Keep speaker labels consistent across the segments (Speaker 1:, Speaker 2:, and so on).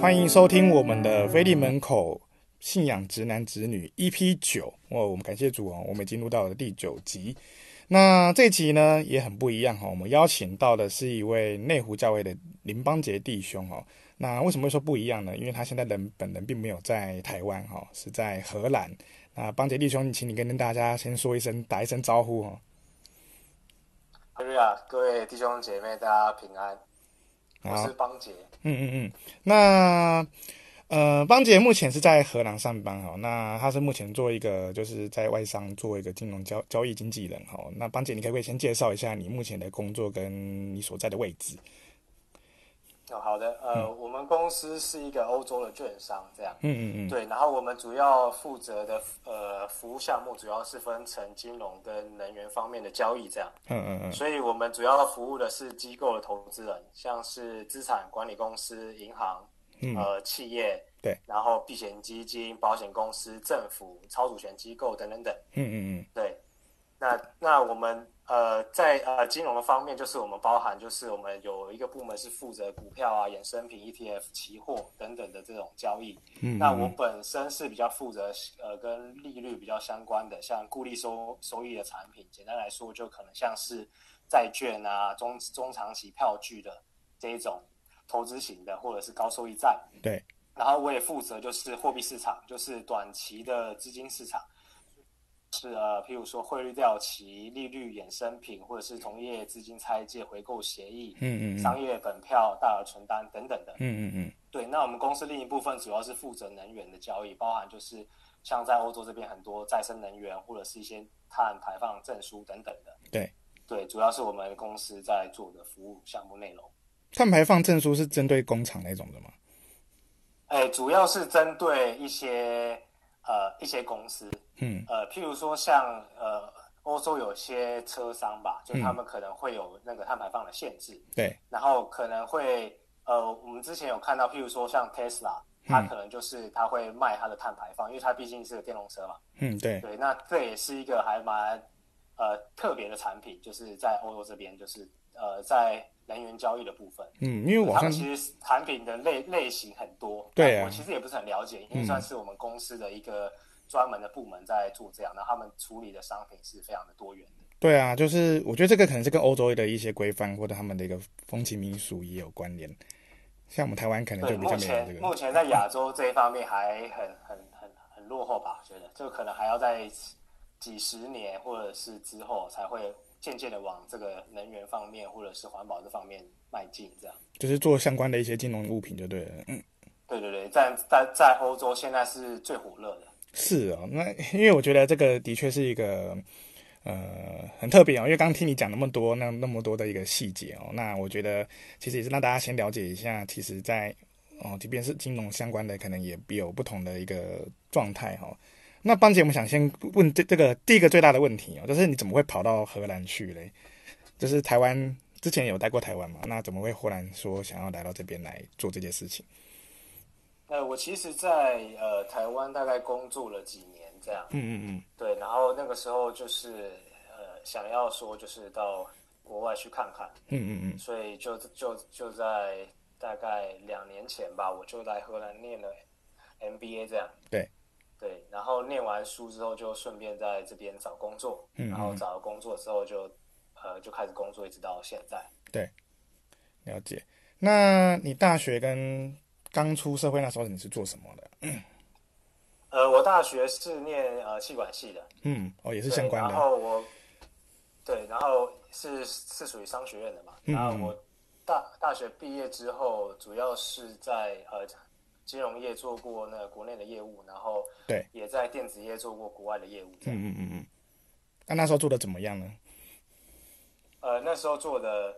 Speaker 1: 欢迎收听我们的《菲利门口信仰直男直女》EP 九。哦，我们感谢主哦，我们已经录到了第九集。那这集呢也很不一样哈、哦，我们邀请到的是一位内湖教会的林邦杰弟兄哦。那为什么会说不一样呢？因为他现在人本人并没有在台湾哈、哦，是在荷兰。那邦杰弟兄，请你跟大家先说一声，打一声招呼哦。
Speaker 2: 对啊，各位弟兄姐妹，大家平安。我是邦杰。
Speaker 1: 嗯嗯嗯，那呃，邦杰目前是在荷兰上班哈，那他是目前做一个就是在外商做一个金融交交易经纪人哈。那邦杰，你可不可以先介绍一下你目前的工作跟你所在的位置？
Speaker 2: 哦，好的，呃，嗯、我们公司是一个欧洲的券商，这样，
Speaker 1: 嗯嗯嗯，
Speaker 2: 对，然后我们主要负责的呃服务项目主要是分成金融跟能源方面的交易，这样，
Speaker 1: 嗯嗯嗯，
Speaker 2: 所以我们主要服务的是机构的投资人，像是资产管理公司、银行、
Speaker 1: 嗯
Speaker 2: 呃企业，
Speaker 1: 对，
Speaker 2: 然后避险基金、保险公司、政府、超主权机构等等等，
Speaker 1: 嗯嗯嗯，
Speaker 2: 对，那那我们。呃，在呃金融的方面，就是我们包含，就是我们有一个部门是负责股票啊、衍生品、ETF、期货等等的这种交易。
Speaker 1: 嗯，
Speaker 2: 那我本身是比较负责呃跟利率比较相关的，像固利收收益的产品。简单来说，就可能像是债券啊、中中长期票据的这一种投资型的，或者是高收益债。
Speaker 1: 对。
Speaker 2: 然后我也负责就是货币市场，就是短期的资金市场。是呃，譬如说汇率掉期、利率衍生品，或者是同业资金拆借、回购协议、
Speaker 1: 嗯嗯嗯
Speaker 2: 商业本票、大额存单等等的。
Speaker 1: 嗯嗯嗯，
Speaker 2: 对，那我们公司另一部分主要是负责能源的交易，包含就是像在欧洲这边很多再生能源或者是一些碳排放证书等等的。
Speaker 1: 对
Speaker 2: 对，主要是我们公司在做的服务项目内容。
Speaker 1: 碳排放证书是针对工厂那种的吗？
Speaker 2: 哎，主要是针对一些呃一些公司，
Speaker 1: 嗯
Speaker 2: 呃，譬如说像呃欧洲有些车商吧，
Speaker 1: 嗯
Speaker 2: 就他们可能会有那个碳排放的限制，
Speaker 1: 对，
Speaker 2: 然后可能会呃，我们之前有看到，譬如说像 Tesla，它
Speaker 1: 嗯
Speaker 2: 可能就是它会卖它的碳排放，因为它毕竟是个电动车嘛。
Speaker 1: 嗯对，
Speaker 2: 对，那这也是一个还蛮呃特别的产品，就是在欧洲这边，就是呃在能源交易的部分。
Speaker 1: 嗯，因为
Speaker 2: 他
Speaker 1: 网上
Speaker 2: 们其实产品的类类型很多，
Speaker 1: 对啊嗯
Speaker 2: 我其实也不是很了解，因为算是我们公司的一个专门的部门在做这样，那他们处理的商品是非常的多元的。
Speaker 1: 对啊，就是我觉得这个可能是跟欧洲的一些规范或者他们的一个风情民俗也有关联。像我们台湾可能
Speaker 2: 对，
Speaker 1: 就比
Speaker 2: 目
Speaker 1: 较没有这
Speaker 2: 前目
Speaker 1: 个，
Speaker 2: 前在亚洲这一方面还很很很很落后吧，觉得就可能还要在几十年或者是之后才会渐渐的往这个能源方面或者是环保这方面迈进，这样。
Speaker 1: 就是做相关的一些金融物品就对了。嗯
Speaker 2: 对对对，在在在欧洲现在是最火热的。
Speaker 1: 是哦，那 因为我觉得这个的确是一个呃很特别哦，因为刚听你讲那么多那那么多的一个细节哦，那我觉得其实也是让大家先了解一下，其实在哦，即便是金融相关的，可能也有不同的一个状态哈、哦。那邦姐，我们想先问这这个第一个最大的问题哦，就是你怎么会跑到荷兰去嘞？就是台湾之前有待过台湾嘛，那怎么会忽然说想要来到这边来做这件事情？
Speaker 2: 呃，我其实在，呃台湾大概工作了几年这样，
Speaker 1: 嗯嗯
Speaker 2: 对，然后那个时候就是呃想要说就是到国外去看看，
Speaker 1: 嗯嗯嗯
Speaker 2: 所以就就就在大概两年前吧，我就来荷兰念了 MBA 这样，
Speaker 1: 对
Speaker 2: 对，然后念完书之后就顺便在这边找工作，
Speaker 1: 嗯嗯
Speaker 2: 然后找了工作之后就呃就开始工作，一直到现在。
Speaker 1: 对，了解。那你大学跟刚出社会那时候你是做什么的？
Speaker 2: 呃，我大学是念呃气管系的，
Speaker 1: 嗯，哦，也是
Speaker 2: 对，
Speaker 1: 相关
Speaker 2: 然
Speaker 1: 的。
Speaker 2: 后我，对，然后是是属于商学院的嘛。
Speaker 1: 嗯
Speaker 2: 然后
Speaker 1: 嗯
Speaker 2: 我大大学毕业之后，主要是在呃金融业做过那个国内的业务，然后
Speaker 1: 对，
Speaker 2: 也在电子业做过国外的业务。这样
Speaker 1: 嗯嗯嗯嗯。那、那时候做的怎么样呢？
Speaker 2: 呃，那时候做的，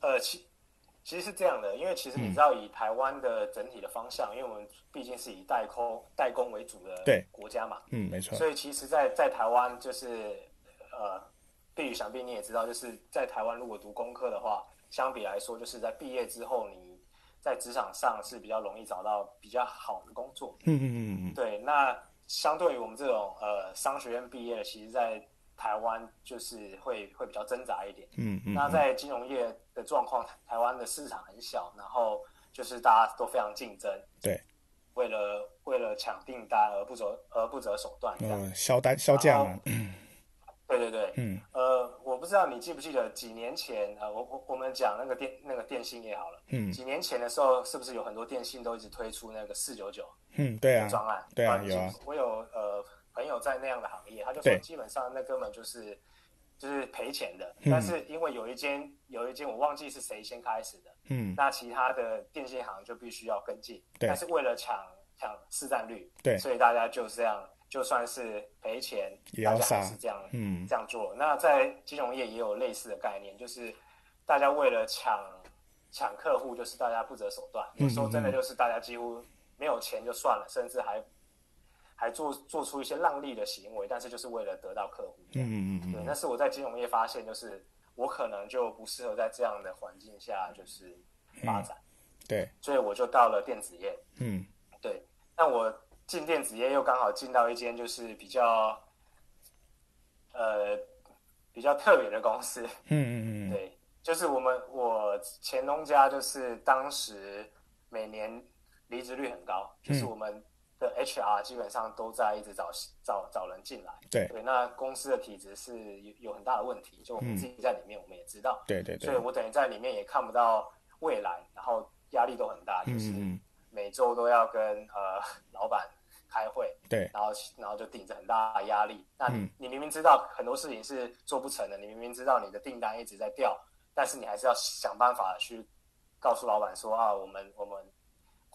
Speaker 2: 呃，其其实是这样的，因为其实
Speaker 1: 嗯
Speaker 2: 你知道，以台湾的整体的方向，因为我们毕竟是以代工代工为主
Speaker 1: 对
Speaker 2: 的国家嘛，
Speaker 1: 嗯，没错。
Speaker 2: 所以其实在，在台湾就是呃，毕宇想必你也知道，就是在台湾如果读工科的话，相比来说，就是在毕业之后，你在职场上是比较容易找到比较好的工作。
Speaker 1: 嗯嗯嗯嗯
Speaker 2: 对，那相对于我们这种呃商学院毕业的，其实，在台湾就是会会比较挣扎一点。
Speaker 1: 嗯嗯嗯
Speaker 2: 那在金融业的状况，台湾的市场很小，然后就是大家都非常竞争，
Speaker 1: 对，
Speaker 2: 为了为了抢订单而不择而不择手段这样。
Speaker 1: 呃，销单销价嘛，
Speaker 2: 对对对，
Speaker 1: 嗯，
Speaker 2: 呃，我不知道你记不记得几年前，呃，我我我们讲那个电那个电信业好了，
Speaker 1: 嗯
Speaker 2: 几年前的时候，是不是有很多电信都一直推出那个四九九
Speaker 1: 嗯，对啊，
Speaker 2: 专案？
Speaker 1: 对啊
Speaker 2: 你记
Speaker 1: 有啊
Speaker 2: 我有呃朋友在那样的行业，他就说
Speaker 1: 对
Speaker 2: 基本上那根本就是就是赔钱的，
Speaker 1: 嗯
Speaker 2: 但是因为有一间有一间我忘记是谁先开始的，
Speaker 1: 嗯，
Speaker 2: 那其他的电信行就必须要跟进，
Speaker 1: 对
Speaker 2: 但是为了抢抢市占率，
Speaker 1: 对
Speaker 2: 所以大家就这样，就算是赔钱，
Speaker 1: 也要
Speaker 2: 大家还
Speaker 1: 杀
Speaker 2: 是这样，
Speaker 1: 嗯
Speaker 2: 这样做。那在金融业也有类似的概念，就是大家为了抢抢客户，就是大家不择手段，
Speaker 1: 嗯
Speaker 2: 有时候真的就是大家几乎没有钱就算了，甚至还还做做出一些让利的行为，但是就是为了得到客户，这样
Speaker 1: 嗯嗯嗯
Speaker 2: 对，但是我在金融业发现，就是我可能就不适合在这样的环境下就是发展，
Speaker 1: 对，
Speaker 2: 所以我就到了电子业。
Speaker 1: 嗯
Speaker 2: 对，那我进电子业又刚好进到一间就是比较呃比较特别的公司，
Speaker 1: 嗯嗯嗯，
Speaker 2: 对，就是我们我前东家就是当时每年离职率很高，
Speaker 1: 嗯
Speaker 2: 就是我们的 HR 基本上都在一直找找找人进来。
Speaker 1: 对
Speaker 2: 对，那公司的体制是有有很大的问题，就我们自己在里面我们也知道，
Speaker 1: 对嗯对
Speaker 2: 所
Speaker 1: 对
Speaker 2: 以，我等于在里面也看不到未来，然后压力都很大，就
Speaker 1: 嗯
Speaker 2: 是
Speaker 1: 嗯嗯，
Speaker 2: 每周都要跟呃 老板开会，
Speaker 1: 对
Speaker 2: 然后然后就顶着很大的压力。那你,、
Speaker 1: 嗯
Speaker 2: 你明明知道很多事情是做不成的，你明明知道你的订单一直在掉，但是你还是要想办法去告诉老板说啊，我们我们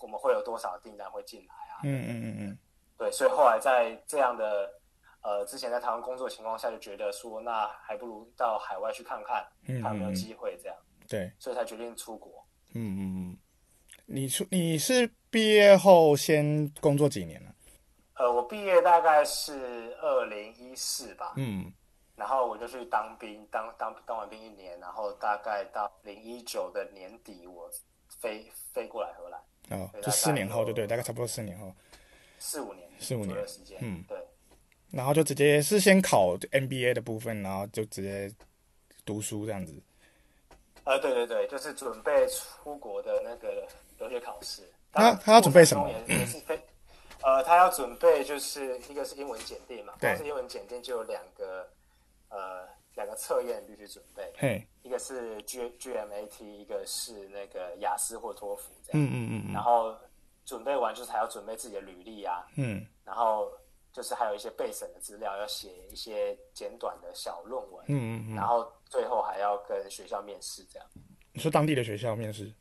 Speaker 2: 我们会有多少订单会进来啊？
Speaker 1: 嗯嗯嗯嗯，
Speaker 2: 对，所以后来在这样的呃之前在台湾工作的情况下，就觉得说那还不如到海外去看看，
Speaker 1: 嗯
Speaker 2: 看有没有机会这样，
Speaker 1: 对，
Speaker 2: 所以才决定出国。
Speaker 1: 嗯嗯嗯，你出你是毕业后先工作几年了？
Speaker 2: 呃，我毕业大概是二零一四吧，
Speaker 1: 嗯
Speaker 2: 然后我就去当兵，当当当完兵一年，然后大概到零一九的年底，我飞飞过来荷兰，
Speaker 1: 哦
Speaker 2: 对，
Speaker 1: 就
Speaker 2: 大
Speaker 1: 四
Speaker 2: 概
Speaker 1: 年后，
Speaker 2: 有
Speaker 1: 对对，大概差不多四年后，
Speaker 2: 四五年，
Speaker 1: 四五年
Speaker 2: 左右的时间，
Speaker 1: 嗯，
Speaker 2: 对，
Speaker 1: 然后就直接是先考 MBA 的部分，然后就直接读书这样子。
Speaker 2: 呃，对对对，就是准备出国的那个留学考试。
Speaker 1: 他
Speaker 2: 当然
Speaker 1: 他要准备什么嗯
Speaker 2: 过程中也也是非，呃，他要准备就是一个是英文检定嘛，
Speaker 1: 对
Speaker 2: 光是英文检定就有两个呃两个测验必须准备，
Speaker 1: 嘿，
Speaker 2: 一个是 G GMAT，一个是那个雅思或托福这样。
Speaker 1: 嗯嗯嗯
Speaker 2: 然后准备完就是还要准备自己的履历啊，
Speaker 1: 嗯
Speaker 2: 然后就是还有一些备审的资料，要写一些简短的小论文，
Speaker 1: 嗯嗯
Speaker 2: 然后最后还要跟学校面试这样。
Speaker 1: 嗯，你说当地的学校面试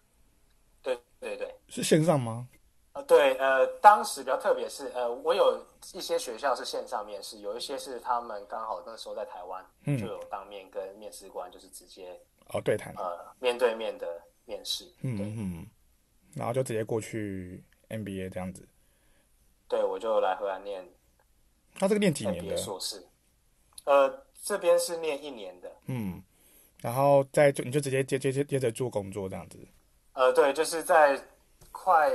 Speaker 2: 对对对，
Speaker 1: 是线上吗？
Speaker 2: 呃对呃，当时比较特别是呃，我有一些学校是线上面试，有一些是他们刚好那时候在台湾
Speaker 1: 嗯
Speaker 2: 就有当面跟面试官就是直接
Speaker 1: 哦，对谈。
Speaker 2: 呃面对面的面试。
Speaker 1: 嗯嗯嗯，然后就直接过去 MBA 这样子。
Speaker 2: 对，我就来荷兰念
Speaker 1: 他这个念几年
Speaker 2: MBA
Speaker 1: 的？
Speaker 2: 硕士，呃，这边是念一年的。
Speaker 1: 嗯，然后再就你就直接接接接接着做工作这样子。
Speaker 2: 呃，对，就是在快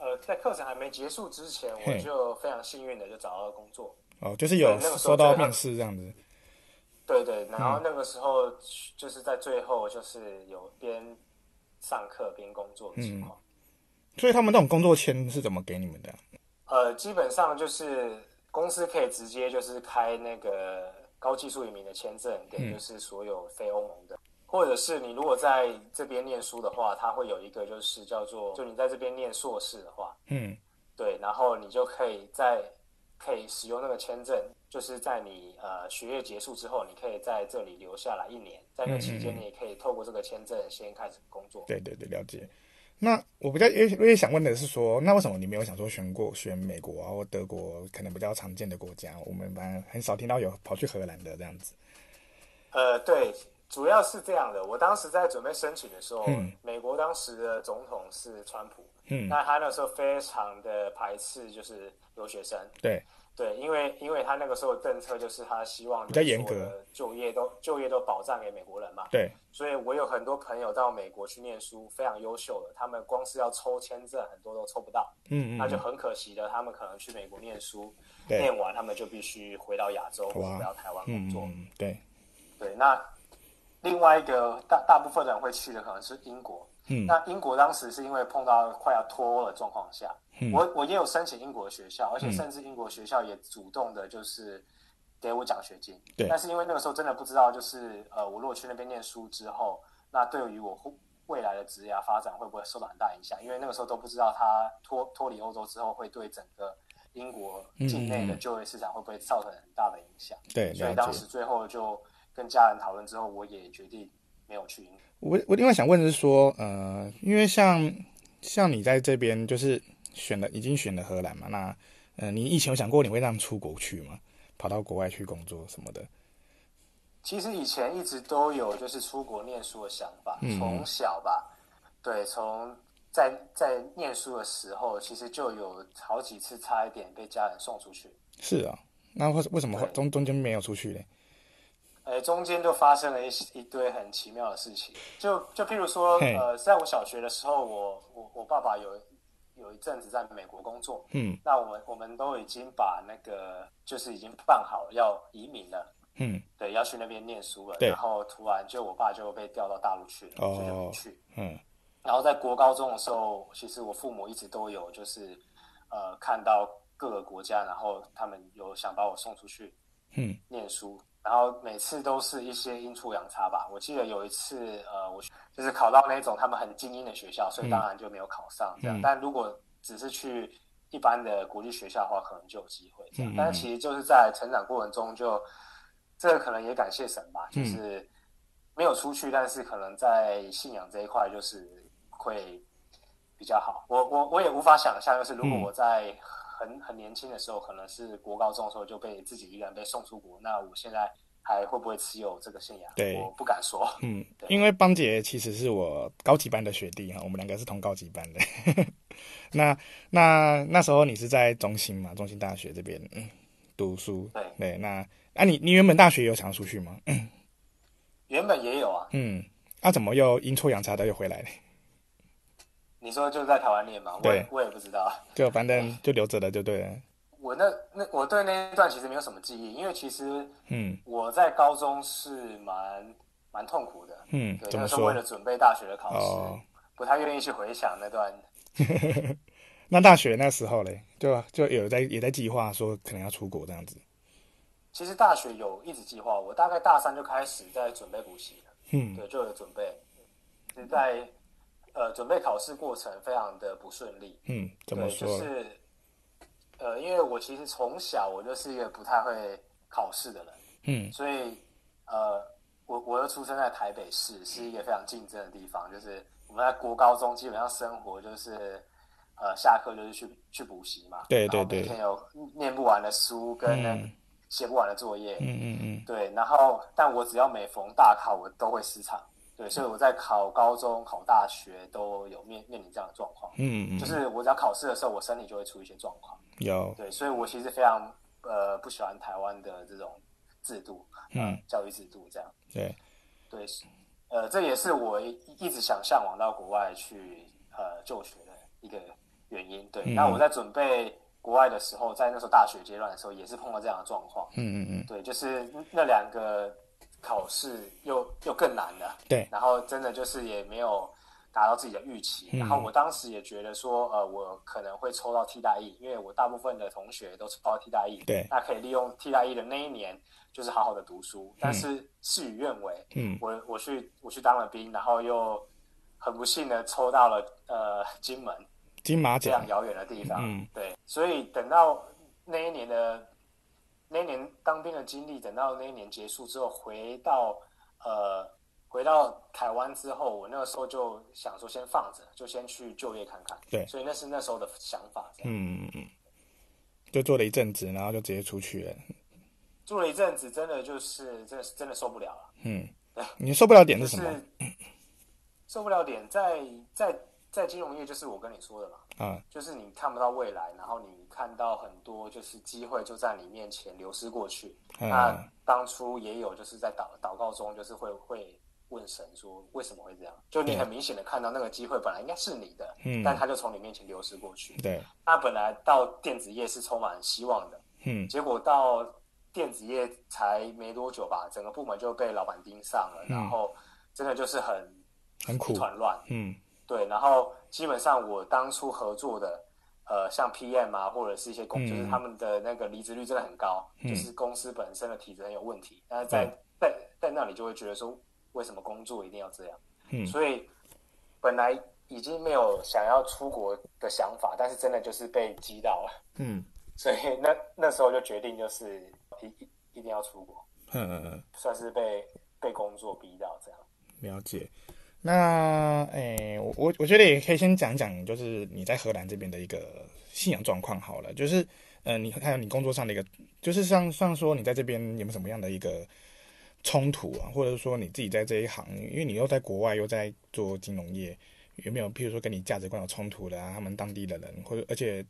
Speaker 2: 呃在课程还没结束之前，
Speaker 1: 嘿
Speaker 2: 我就非常幸运的就找到了工作。
Speaker 1: 哦，就是有
Speaker 2: 对那个时
Speaker 1: 收
Speaker 2: 候
Speaker 1: 到
Speaker 2: 最
Speaker 1: 面试这样子。
Speaker 2: 对对，然后那个时候就是在最后就是有边上课边工作的情况。
Speaker 1: 所以他们那种工作签是怎么给你们的啊？
Speaker 2: 呃，基本上就是公司可以直接就是开那个高技术移民的签证给就是所有非欧盟的，或者是你如果在这边念书的话，它会有一个就是叫做就你在这边念硕士的话，
Speaker 1: 嗯
Speaker 2: 对，然后你就可以在可以使用那个签证，就是在你呃学业结束之后，你可以在这里留下来一年，在那期间你也可以透过这个签证先开始工作。
Speaker 1: 对对对，了解。那我比较也我也想问的是说，那为什么你没有想说选过选美国啊或德国可能比较常见的国家？我们反正很少听到有跑去荷兰的这样子。
Speaker 2: 呃，对，主要是这样的。我当时在准备申请的时候，美国当时的总统是川普，
Speaker 1: 嗯
Speaker 2: 那他那时候非常的排斥就是留学生，
Speaker 1: 对，
Speaker 2: 对，因为因为他那个时候的政策就是他希望比
Speaker 1: 较严格，
Speaker 2: 就业都就业都保障给美国人嘛，
Speaker 1: 对，
Speaker 2: 所以我有很多朋友到美国去念书，非常优秀的，他们光是要抽签证，很多都抽不到，
Speaker 1: 嗯
Speaker 2: 那
Speaker 1: 嗯，
Speaker 2: 就很可惜的。他们可能去美国念书，
Speaker 1: 对
Speaker 2: 念完他们就必须回到亚洲或者
Speaker 1: 哇
Speaker 2: 回到台湾工作。
Speaker 1: 嗯，对，
Speaker 2: 对，那另外一个大大部分人会去的可能是英国，
Speaker 1: 嗯
Speaker 2: 那英国当时是因为碰到快要脱欧的状况下，
Speaker 1: 嗯
Speaker 2: 我我也有申请英国的学校，而且甚至英国学校也主动的，就是给我奖学金。
Speaker 1: 对
Speaker 2: 但是因为那个时候真的不知道，就是呃，我如果去那边念书之后，那对于我后未来的职业发展会不会受到很大影响？因为那个时候都不知道它脱脱离欧洲之后会对整个英国境
Speaker 1: 嗯
Speaker 2: 内的就业市场会不会造成很大的影响。
Speaker 1: 对，
Speaker 2: 所以
Speaker 1: 了
Speaker 2: 当
Speaker 1: 解
Speaker 2: 时。最后就跟家人讨论之后，我也决定没有去英国。
Speaker 1: 我我另外想问的是说，呃，因为像像你在这边就是选了已经选了荷兰嘛，那呃，你以前有想过你会让出国去吗？跑到国外去工作什么的？
Speaker 2: 其实以前一直都有就是出国念书的想法，
Speaker 1: 嗯
Speaker 2: 从小吧，对，从在在念书的时候，其实就有好几次差一点被家人送出去，
Speaker 1: 是啊、那为为什么会
Speaker 2: 对
Speaker 1: 中中间没有出去嘞？
Speaker 2: 呃，中间就发生了一一堆很奇妙的事情，就就譬如说，
Speaker 1: 嘿
Speaker 2: 呃，在我小学的时候，我我我爸爸有有一阵子在美国工作，
Speaker 1: 嗯
Speaker 2: 那我们我们都已经把那个就是已经办好要移民了。
Speaker 1: 嗯
Speaker 2: 对，要去那边念书了，
Speaker 1: 对
Speaker 2: 然后突然就我爸就被调到大陆去了，
Speaker 1: 哦
Speaker 2: 所以就没去。
Speaker 1: 嗯
Speaker 2: 然后在国高中的时候，其实我父母一直都有就是呃看到各个国家，然后他们有想把我送出去
Speaker 1: 嗯
Speaker 2: 念书，然后每次都是一些阴错阳差吧。我记得有一次呃，我去就是考到那种他们很精英的学校，所以当然就没有考上这样。
Speaker 1: 嗯
Speaker 2: 但如果只是去一般的国际学校的话，可能就有机会这样。
Speaker 1: 嗯嗯
Speaker 2: 但是其实就是在成长过程中就，这个可能也感谢神吧，就
Speaker 1: 嗯
Speaker 2: 是。没有出去，但是可能在信仰这一块就是会比较好。我我我也无法想象，就是如果
Speaker 1: 嗯
Speaker 2: 我在很很年轻的时候，可能是国高中的时候就被自己一个人被送出国，那我现在还会不会持有这个信仰？
Speaker 1: 对
Speaker 2: 我不敢说。
Speaker 1: 嗯
Speaker 2: 对，
Speaker 1: 因为邦杰其实是我高级班的学弟哈，我们两个是同高级班的。 那那那时候你是在中兴嘛，中兴大学这边、嗯、读书，
Speaker 2: 对
Speaker 1: 对，那啊你你原本大学有想要出去吗？
Speaker 2: 原本也有啊，
Speaker 1: 嗯，那、怎么又阴错阳差的又回来了？
Speaker 2: 你说就在台湾念嘛，我也
Speaker 1: 对
Speaker 2: 我也不知道。
Speaker 1: 就反正就留着了，就对了。
Speaker 2: 我那那我对那一段其实没有什么记忆，因为其实
Speaker 1: 嗯
Speaker 2: 我在高中是蛮蛮痛苦的。
Speaker 1: 嗯，
Speaker 2: 对，
Speaker 1: 怎
Speaker 2: 那
Speaker 1: 么
Speaker 2: 个时候为
Speaker 1: 说
Speaker 2: 了？准备大学的考试，
Speaker 1: 哦
Speaker 2: 不太愿意去回想那段
Speaker 1: 那大学那时候嘞，就就有在也在计划说可能要出国这样子。
Speaker 2: 其实大学有一直计划，我大概大三就开始在准备补习了，
Speaker 1: 嗯
Speaker 2: 对，就有准备。是在呃准备考试过程非常的不顺利，
Speaker 1: 嗯，怎么
Speaker 2: 对，就
Speaker 1: 说？
Speaker 2: 是呃，因为我其实从小我就是一个不太会考试的人，
Speaker 1: 嗯
Speaker 2: 所以呃，我我又出生在台北市，是一个非常竞争的地方。就是我们在国高中基本上生活就是，呃，下课就是去去补习嘛，
Speaker 1: 对
Speaker 2: 然后
Speaker 1: 对对
Speaker 2: 每天有念不完的书跟那
Speaker 1: 嗯
Speaker 2: 写不完的作业，
Speaker 1: 嗯嗯嗯
Speaker 2: 对，然后但我只要每逢大考，我都会失常，对，所以我在考高中、考大学都有面面临这样的状况，
Speaker 1: 嗯嗯，
Speaker 2: 就是我只要考试的时候，我身体就会出一些状况，
Speaker 1: 有
Speaker 2: 对，所以我其实非常呃不喜欢台湾的这种制度，
Speaker 1: 嗯
Speaker 2: 教育制度这样，
Speaker 1: 对
Speaker 2: 对，呃，这也是我一一直想向往到国外去呃就学的一个原因，对，那我在准备国外的时候，在那时候大学阶段的时候，也是碰到这样的状况，
Speaker 1: 嗯嗯嗯
Speaker 2: 对，就是那两个考试又又更难了，
Speaker 1: 对
Speaker 2: 然后真的就是也没有达到自己的预期，然
Speaker 1: 嗯
Speaker 2: 后我当时也觉得说，呃，我可能会抽到替代役，因为我大部分的同学都抽到替代役，
Speaker 1: 对
Speaker 2: 那可以利用替代役的那一年，就是好好的读书，但是事与愿违，
Speaker 1: 嗯
Speaker 2: 我我去我去当了兵，然后又很不幸的抽到了呃金门，
Speaker 1: 金马
Speaker 2: 这样
Speaker 1: 奖
Speaker 2: 遥远的地方。
Speaker 1: 嗯
Speaker 2: 对，所以等到那一年的那一年当兵的经历，等到那一年结束之后，回到呃回到台湾之后，我那个时候就想说先放着，就先去就业看看。
Speaker 1: 对
Speaker 2: 所以那是那时候的想法。这样
Speaker 1: 嗯嗯嗯，就做了一阵子，然后就直接出去了。
Speaker 2: 住了一阵子，真的就是真的是真的受不了了，
Speaker 1: 嗯，你受不了点
Speaker 2: 就是是
Speaker 1: 什么
Speaker 2: 受不了点在在在金融业，就是我跟你说的嘛。
Speaker 1: 啊？
Speaker 2: 就是你看不到未来，然后你看到很多就是机会就在你面前流失过去。
Speaker 1: 嗯
Speaker 2: 那当初也有就是在祷祷告中，就是会会问神说为什么会这样？就你很明显的看到那个机会本来应该是你的，
Speaker 1: 嗯
Speaker 2: 但它就从你面前流失过去。
Speaker 1: 对，
Speaker 2: 那本来到电子业是充满希望的，
Speaker 1: 嗯
Speaker 2: 结果到电子业才没多久吧，整个部门就被老板盯上了，然后真的就是很
Speaker 1: 嗯很苦
Speaker 2: 一团乱。
Speaker 1: 嗯
Speaker 2: 对，然后基本上我当初合作的，呃，像 PM 啊，或者是一些公，
Speaker 1: 嗯
Speaker 2: 就是他们的那个离职率真的很高，
Speaker 1: 嗯
Speaker 2: 就是公司本身的体制很有问题。但是在、
Speaker 1: 对
Speaker 2: 在在那里就会觉得说，为什么工作一定要这样？
Speaker 1: 嗯
Speaker 2: 所以本来已经没有想要出国的想法，但是真的就是被击到了，
Speaker 1: 嗯
Speaker 2: 所以那那时候就决定就是一一一定要出国，
Speaker 1: 嗯嗯嗯，
Speaker 2: 算是被被工作逼到这样。
Speaker 1: 了解。那诶、我我我觉得也可以先讲讲，就是你在荷兰这边的一个信仰状况好了，就是呃，你还有你工作上的一个，就是像像说你在这边有没有什么样的一个冲突啊，或者说你自己在这一行，因为你又在国外又在做金融业，有没有譬如说跟你价值观有冲突的啊？他们当地的人，或者而且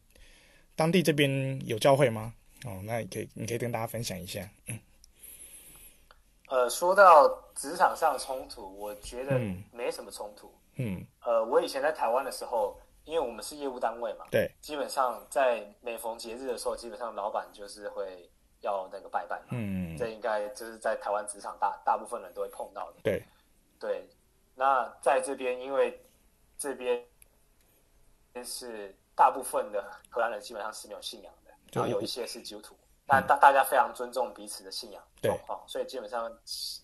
Speaker 1: 当地这边有教会吗？哦，那你可以你可以跟大家分享一下。
Speaker 2: 呃，说到职场上冲突，我觉得
Speaker 1: 嗯
Speaker 2: 没什么冲突。
Speaker 1: 嗯，
Speaker 2: 呃，我以前在台湾的时候，因为我们是业务单位嘛，
Speaker 1: 对，
Speaker 2: 基本上在每逢节日的时候，基本上老板就是会要那个拜拜嘛。
Speaker 1: 嗯，
Speaker 2: 这应该就是在台湾职场大大部分人都会碰到的。
Speaker 1: 对，
Speaker 2: 对，那在这边，因为这边是大部分的荷兰人基本上是没有信仰的，
Speaker 1: 就嗯
Speaker 2: 然后有一些是基督徒，那大大家非常尊重彼此的信仰
Speaker 1: 对
Speaker 2: 状况，所以基本上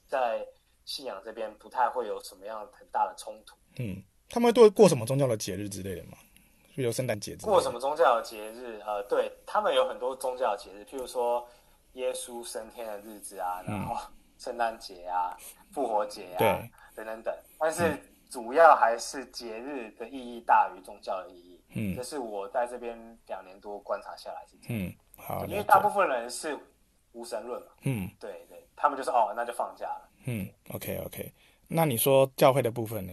Speaker 2: 在信仰这边不太会有什么样很大的冲突。
Speaker 1: 嗯，他们会过什么宗教的节日之类的吗？比如圣诞节之类的
Speaker 2: 过什么宗教的节日？呃，对他们有很多宗教的节日，譬如说耶稣升天的日子啊，然后圣诞节啊、复活节
Speaker 1: 嗯
Speaker 2: 啊
Speaker 1: 对嗯
Speaker 2: 等等等。但是主要还是节日的意义大于宗教的意义。
Speaker 1: 嗯
Speaker 2: 这是我在这边两年多观察下来是这样，
Speaker 1: 嗯，好，
Speaker 2: 因为
Speaker 1: 了
Speaker 2: 大
Speaker 1: 解。
Speaker 2: 部分人是无神论嘛，
Speaker 1: 嗯
Speaker 2: 对对，他们就是哦，那就放假了。
Speaker 1: 嗯，OK OK。那你说教会的部分呢？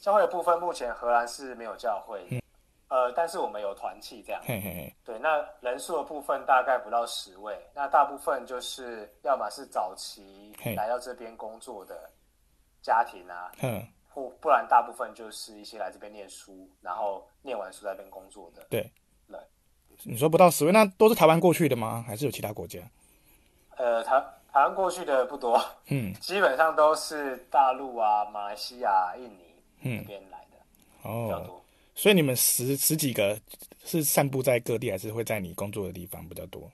Speaker 2: 教会的部分，目前荷兰是没有教会的，呃，但是我们有团契这样。
Speaker 1: 嗯嘿嘿嘿，
Speaker 2: 对，那人数的部分大概不到十位，那大部分就是要么是早期
Speaker 1: 嘿
Speaker 2: 来到这边工作的家庭啊，
Speaker 1: 嗯，
Speaker 2: 或不然大部分就是一些来这边念书，然后念完书在这边工作的。
Speaker 1: 对
Speaker 2: 对。
Speaker 1: 你说不到十位，那都是台湾过去的吗？还是有其他国家？
Speaker 2: 呃，台台湾过去的不多，
Speaker 1: 嗯，
Speaker 2: 基本上都是大陆啊、马来西亚、印尼那边来的比较
Speaker 1: 嗯哦，
Speaker 2: 多。
Speaker 1: 所以你们十十几个是散布在各地，还是会在你工作的地方比较多？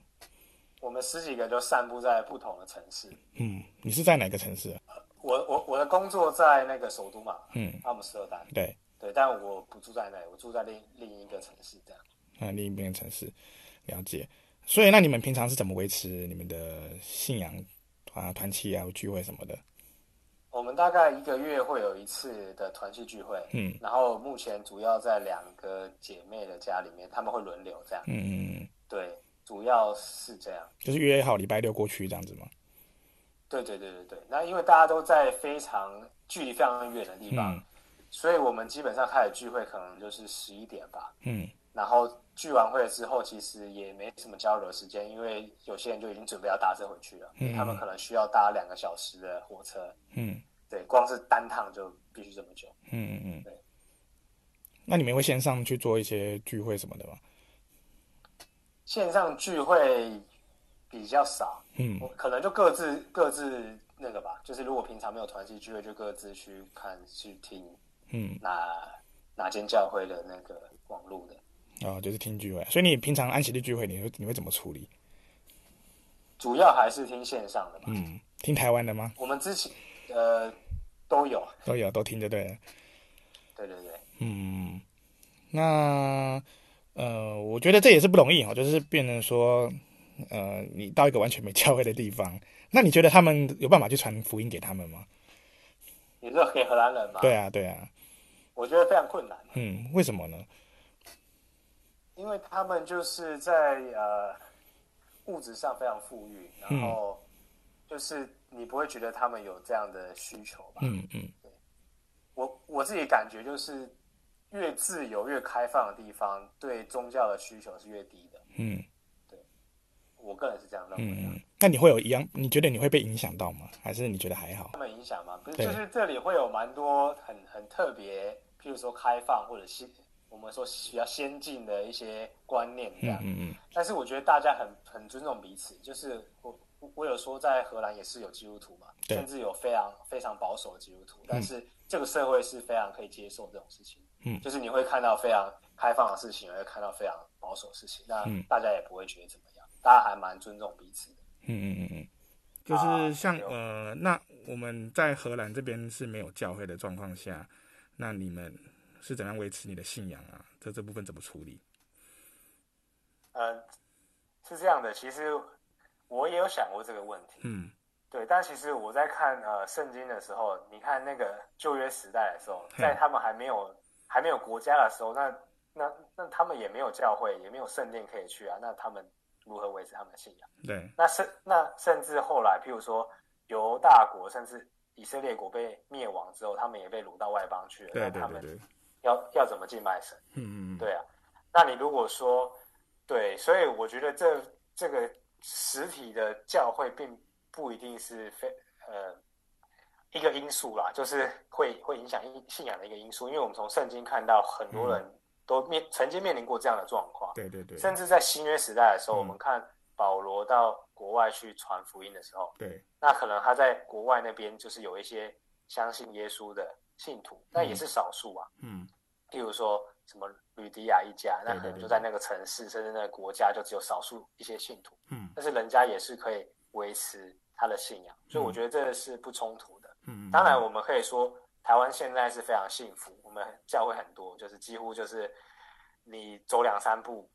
Speaker 2: 我们十几个就散布在不同的城市。
Speaker 1: 嗯，你是在哪个城市啊？
Speaker 2: 我我我的工作在那个首都嘛，
Speaker 1: 嗯，
Speaker 2: 阿姆斯特丹。
Speaker 1: 对，
Speaker 2: 对，但我不住在那里，我住在另另一个城市这样。
Speaker 1: 那另一边的城市，了解。所以，那你们平常是怎么维持你们的信仰啊、团契啊、聚会什么的？
Speaker 2: 我们大概一个月会有一次的团聚聚会，
Speaker 1: 嗯，
Speaker 2: 然后目前主要在两个姐妹的家里面，他们会轮流这样，
Speaker 1: 嗯嗯嗯。
Speaker 2: 对，主要是这样，
Speaker 1: 就是约好礼拜六过去这样子吗？
Speaker 2: 对对对对对。那因为大家都在非常距离非常远的地方，
Speaker 1: 嗯
Speaker 2: 所以我们基本上开始聚会可能就是十一点吧，
Speaker 1: 嗯，
Speaker 2: 然后聚完会之后，其实也没什么交流的时间，因为有些人就已经准备要搭车回去了，
Speaker 1: 嗯
Speaker 2: 他们可能需要搭两个小时的火车，
Speaker 1: 嗯
Speaker 2: 对，光是单趟就必须这么久。
Speaker 1: 嗯嗯嗯
Speaker 2: 对。
Speaker 1: 那你们会线上去做一些聚会什么的吗？
Speaker 2: 线上聚会比较少，
Speaker 1: 嗯
Speaker 2: 我可能就各自各自那个吧，就是如果平常没有团体聚会，就各自去看去听
Speaker 1: 嗯，
Speaker 2: 哪哪间教会的那个网络的
Speaker 1: 哦，就是听聚会。所以你平常安息日聚会，你会你会怎么处理？
Speaker 2: 主要还是听线上的嘛。
Speaker 1: 嗯，听台湾的吗？
Speaker 2: 我们之前呃都有，
Speaker 1: 都有都听就对了。
Speaker 2: 对对对，
Speaker 1: 嗯，那呃，我觉得这也是不容易哈，就是变成说，呃，你到一个完全没教会的地方，那你觉得他们有办法去传福音给他们吗？
Speaker 2: 你说给荷兰人嘛，
Speaker 1: 对啊，对啊，
Speaker 2: 我觉得非常困难，
Speaker 1: 嗯，为什么呢？
Speaker 2: 因为他们就是在呃物质上非常富裕，
Speaker 1: 嗯
Speaker 2: 然后就是你不会觉得他们有这样的需求吧？
Speaker 1: 嗯嗯
Speaker 2: 我我自己感觉就是，越自由、越开放的地方，对宗教的需求是越低的。
Speaker 1: 嗯
Speaker 2: 我个人是这样认为的。
Speaker 1: 嗯，那你会有一样？你觉得你会被影响到吗？还是你觉得还好？
Speaker 2: 他们影响吗？不是，
Speaker 1: 对
Speaker 2: 就是这里会有蛮多很很特别，譬如说开放或者新，我们说比较先进的一些观念这
Speaker 1: 嗯
Speaker 2: 样。
Speaker 1: 嗯嗯
Speaker 2: 但是我觉得大家很很尊重彼此，就是我我有说在荷兰也是有基督徒嘛，
Speaker 1: 对
Speaker 2: 甚至有非常非常保守的基督徒，但是这个社会是非常可以接受这种事情，
Speaker 1: 嗯
Speaker 2: 就是你会看到非常开放的事情，也会看到非常保守的事情，那
Speaker 1: 嗯
Speaker 2: 大家也不会觉得怎么样，大家还蛮尊重彼此的。
Speaker 1: 嗯嗯嗯嗯，就是像呃，那我们在荷兰这边是没有教会的状况下，那你们是怎样维持你的信仰啊？这这部分怎么处理？
Speaker 2: 嗯，是这样的，其实我也有想过这个问题，
Speaker 1: 嗯，
Speaker 2: 对，但其实我在看呃圣经的时候，你看那个旧约时代的时候，
Speaker 1: 嗯
Speaker 2: 在他们还没有还没有国家的时候，那那那他们也没有教会，也没有圣殿可以去啊，那他们如何维持他们的信仰？
Speaker 1: 对，
Speaker 2: 那甚那甚至后来，譬如说犹大国，甚至以色列国被灭亡之后，他们也被掳到外邦去了，
Speaker 1: 对
Speaker 2: 那
Speaker 1: 对
Speaker 2: 他
Speaker 1: 对
Speaker 2: 们
Speaker 1: 对，
Speaker 2: 要要怎么敬拜神？
Speaker 1: 嗯嗯嗯，
Speaker 2: 对啊，那你如果说对，所以我觉得这这个实体的教会并不一定是非呃一个因素啦，就是会会影响信信仰的一个因素，因为我们从圣经看到很多人都面、曾经面临过这样的状况，
Speaker 1: 对嗯对对，
Speaker 2: 甚至在新约时代的时候，
Speaker 1: 嗯
Speaker 2: 我们看保罗到国外去传福音的时候，
Speaker 1: 对
Speaker 2: 那可能他在国外那边就是有一些相信耶稣的信徒，但也是少数啊。
Speaker 1: 嗯
Speaker 2: 譬如说什么吕迪亚一家，那
Speaker 1: 对对
Speaker 2: 可能
Speaker 1: 对
Speaker 2: 就在那个城市甚至那个国家，就只有少数一些信徒，
Speaker 1: 嗯
Speaker 2: 但是人家也是可以维持他的信仰，所以我觉得这是不冲突的。
Speaker 1: 嗯，
Speaker 2: 当然，我们可以说台湾现在是非常幸福，我们教会很多，就是几乎就是你走两三步，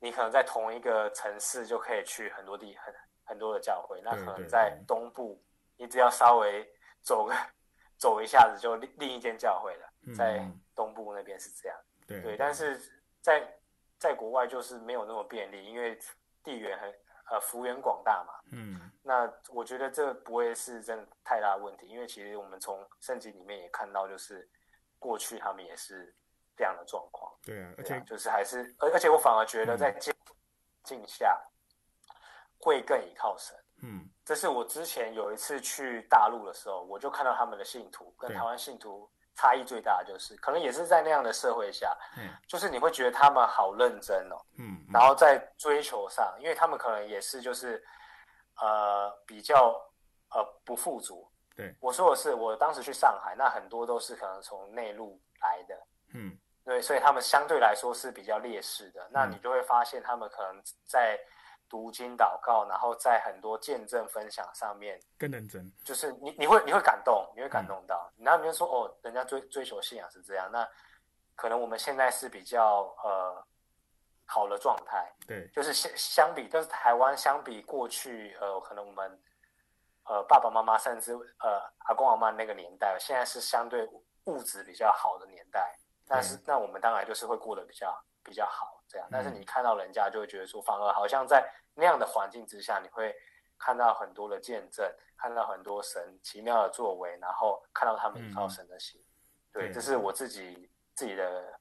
Speaker 2: 你可能在同一个城市就可以去很多地很很多的教会，那
Speaker 1: 对
Speaker 2: 可
Speaker 1: 对
Speaker 2: 能在东部，你只要稍微走个 走一下子就另另一间教会了
Speaker 1: 嗯，
Speaker 2: 在嗯东部那边是这样。
Speaker 1: 对
Speaker 2: 对，但是在在国外就是没有那么便利，因为地缘很呃幅员广大嘛。
Speaker 1: 嗯
Speaker 2: 那我觉得这不会是真的太大的问题，因为其实我们从圣经里面也看到，就是过去他们也是这样的状况，
Speaker 1: 对啊，而
Speaker 2: 对啊
Speaker 1: 且嗯
Speaker 2: 就是还是，而而且我反而觉得在境境下会更倚靠神。
Speaker 1: 嗯
Speaker 2: 这是我之前有一次去大陆的时候，我就看到他们的信徒跟
Speaker 1: 对
Speaker 2: 台湾信徒差异最大的就是，可能也是在那样的社会下，
Speaker 1: 嗯
Speaker 2: 就是你会觉得他们好认真哦，
Speaker 1: 嗯嗯
Speaker 2: 然后在追求上，因为他们可能也是就是呃比较呃不富足。
Speaker 1: 对，
Speaker 2: 我说的是，我当时去上海，那很多都是可能从内陆来的，
Speaker 1: 嗯
Speaker 2: 对，所以他们相对来说是比较劣势的。那你就会发现，他们可能在读经祷告，然后在很多见证分享上面，
Speaker 1: 更认真，
Speaker 2: 就是你你会你会感动，你会感动到，然后你就说哦，人家追追求信仰是这样，那可能我们现在是比较呃好的状态，
Speaker 1: 对
Speaker 2: 就是相相比，但是台湾相比过去呃，可能我们呃爸爸妈妈甚至呃阿公阿妈那个年代，现在是相对物质比较好的年代，但是、那我们当然就是会过得比较比较好这样，但
Speaker 1: 嗯
Speaker 2: 是你看到人家就会觉得说，反而好像在那样的环境之下，你会看到很多的见证，看到很多神奇妙的作为，然后看到他们依靠神的心，
Speaker 1: 嗯
Speaker 2: 对，
Speaker 1: 对啊
Speaker 2: 这是我自己自己的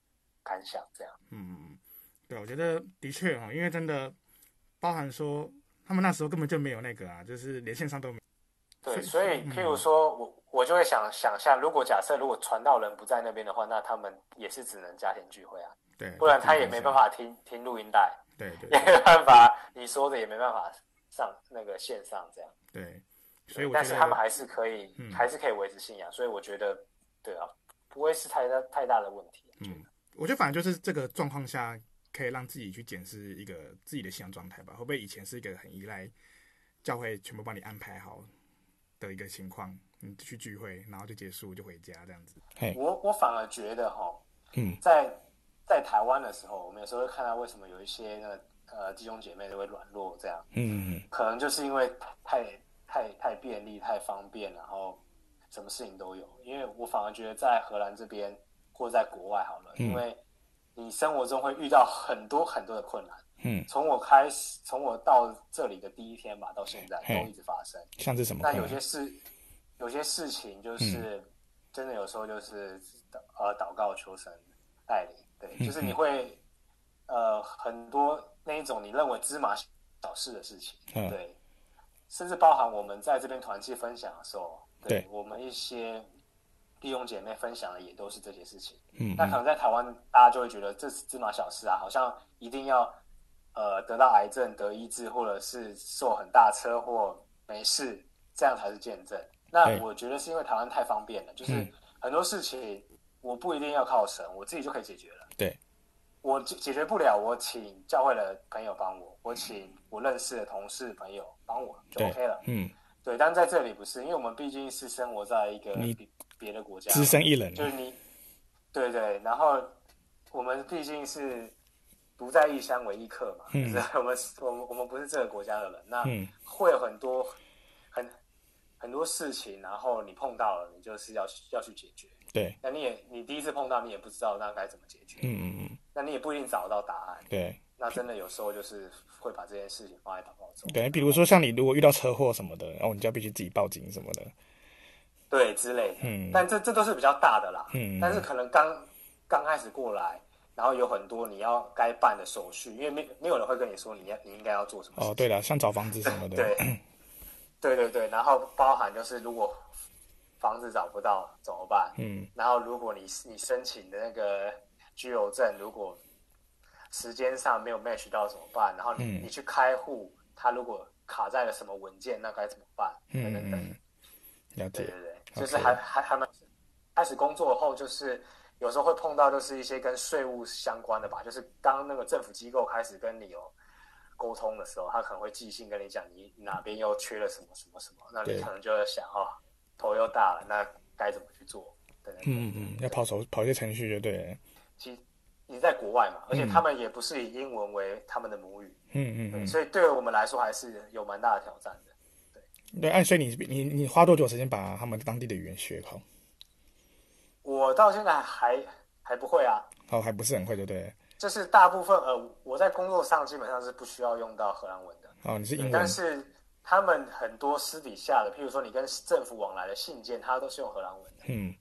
Speaker 2: 感想这样。
Speaker 1: 嗯嗯嗯，对，我觉得的确哦哈，因为真的包含说他们那时候根本就没有那个啊，就是连线上都没有，
Speaker 2: 对，
Speaker 1: 所
Speaker 2: 所
Speaker 1: 以嗯
Speaker 2: 以譬如说我我就会想想象，如果假设如果传道人不在那边的话，那他们也是只能家庭聚会啊，
Speaker 1: 对，
Speaker 2: 不然他也没办
Speaker 1: 法，
Speaker 2: 法听听录音带，
Speaker 1: 对对
Speaker 2: 也
Speaker 1: 对
Speaker 2: 没办法你说的也没办法上那个线上这样。
Speaker 1: 对，所以我觉
Speaker 2: 但
Speaker 1: 得
Speaker 2: 是他们还是可以，
Speaker 1: 嗯
Speaker 2: 还是可以维持信仰，所以我觉得对啊，不会是太大太大的问题。啊
Speaker 1: 嗯，我觉得反正就是这个状况下，可以让自己去检视一个自己的信仰状态吧。会不会以前是一个很依赖教会全部帮你安排好的一个情况？你去聚会，然后就结束就回家这样子。嘿，
Speaker 2: 我我反而觉得哈，
Speaker 1: 嗯，
Speaker 2: 在在台湾的时候，我们有时候会看到为什么有一些那个呃弟兄姐妹都会软弱这样。
Speaker 1: 嗯
Speaker 2: 可能就是因为太太太便利、太方便，然后什么事情都有。因为我反而觉得在荷兰这边或在国外好了，
Speaker 1: 嗯
Speaker 2: 因为你生活中会遇到很多很多的困难。
Speaker 1: 嗯，
Speaker 2: 从我开始，从我到这里的第一天吧，到现在
Speaker 1: 嘿
Speaker 2: 都一直发生。
Speaker 1: 像是什么
Speaker 2: 那有些事，有些事情就是、
Speaker 1: 嗯
Speaker 2: 真的有时候就是呃祷告求神带领，对，
Speaker 1: 嗯
Speaker 2: 就是你会呃很多那一种你认为芝麻小事的事情，
Speaker 1: 嗯
Speaker 2: 对，甚至包含我们在这边团契分享的时候，
Speaker 1: 对
Speaker 2: 我们一些弟兄姐妹分享的也都是这些事情。
Speaker 1: 嗯
Speaker 2: 那可能在台湾，大家就会觉得这是芝麻小事啊，好像一定要呃得到癌症、得医治，或者是受很大车祸、没事，这样才是见证。那
Speaker 1: 对
Speaker 2: 我觉得是因为台湾太方便了，就是
Speaker 1: 嗯
Speaker 2: 很多事情我不一定要靠神，我自己就可以解决了。
Speaker 1: 啊对，
Speaker 2: 我解解决不了，我请教会的朋友帮我，我请我认识的同事朋友帮我就
Speaker 1: 对
Speaker 2: OK 了。
Speaker 1: 嗯，
Speaker 2: 对，但在这里不是，因为我们毕竟是生活在一个
Speaker 1: 你
Speaker 2: 别别的国家，
Speaker 1: 只身一人
Speaker 2: 就是
Speaker 1: 啊，
Speaker 2: 你，对对，然后我们毕竟是独在异乡为异客嘛，
Speaker 1: 嗯
Speaker 2: 就是我们我们我们不是这个国家的人，那
Speaker 1: 嗯
Speaker 2: 会有很多很很多事情，然后你碰到了，你就是要去要去解决。
Speaker 1: 对，
Speaker 2: 那你也你第一次碰到，你也不知道那该怎么解决，
Speaker 1: 嗯嗯嗯，
Speaker 2: 那你也不一定找到答案。
Speaker 1: 对，
Speaker 2: 那真的有时候就是会把这件事情放在祷告中，
Speaker 1: 对，比如说像你如果遇到车祸什么的，然后你就要必须自己报警什么的，
Speaker 2: 对之类的。
Speaker 1: 嗯
Speaker 2: 但这这都是比较大的啦。
Speaker 1: 嗯
Speaker 2: 但是可能刚刚开始过来，然后有很多你要该办的手续，因为没没有人会跟你说你要你应该要做什么事
Speaker 1: 哦，对了，像找房子什么
Speaker 2: 情。
Speaker 1: 的，
Speaker 2: 对， 对对对，然后包含就是如果房子找不到怎么办？
Speaker 1: 嗯，
Speaker 2: 然后如果你你申请的那个居留证如果时间上没有 match 到怎么办？然后你、
Speaker 1: 嗯
Speaker 2: 你去开户，它如果卡在了什么文件，那该怎么办？等等
Speaker 1: 嗯
Speaker 2: 等。
Speaker 1: 嗯，了
Speaker 2: 对
Speaker 1: 解，
Speaker 2: 对对，就是
Speaker 1: OK
Speaker 2: 还还还蛮开始工作后，就是有时候会碰到就是一些跟税务相关的吧，就是当那个政府机构开始跟你有沟通的时候，他可能会寄信跟你讲你哪边又缺了什么什么什么，那你
Speaker 1: 对
Speaker 2: 可能就会想哦，头又大了，那该怎么去做？对对对，
Speaker 1: 嗯嗯嗯，要跑手跑一些程序就对了，
Speaker 2: 其实你在国外嘛，而且他们也不是以英文为他们的母语，
Speaker 1: 嗯嗯
Speaker 2: 对，
Speaker 1: 嗯，
Speaker 2: 所以对我们来说还是有蛮大的挑战的。嗯
Speaker 1: 对，按所以你你你花多久时间把他们当地的语言学好？
Speaker 2: 我到现在还还不会啊，
Speaker 1: 哦，还不是很会，对不对？
Speaker 2: 就是大部分呃，我在工作上基本上是不需要用到荷兰文的，
Speaker 1: 哦，你是英
Speaker 2: 但
Speaker 1: 文，
Speaker 2: 是他们很多私底下的，譬如说你跟政府往来的信件，它都是用荷兰文的，
Speaker 1: 嗯，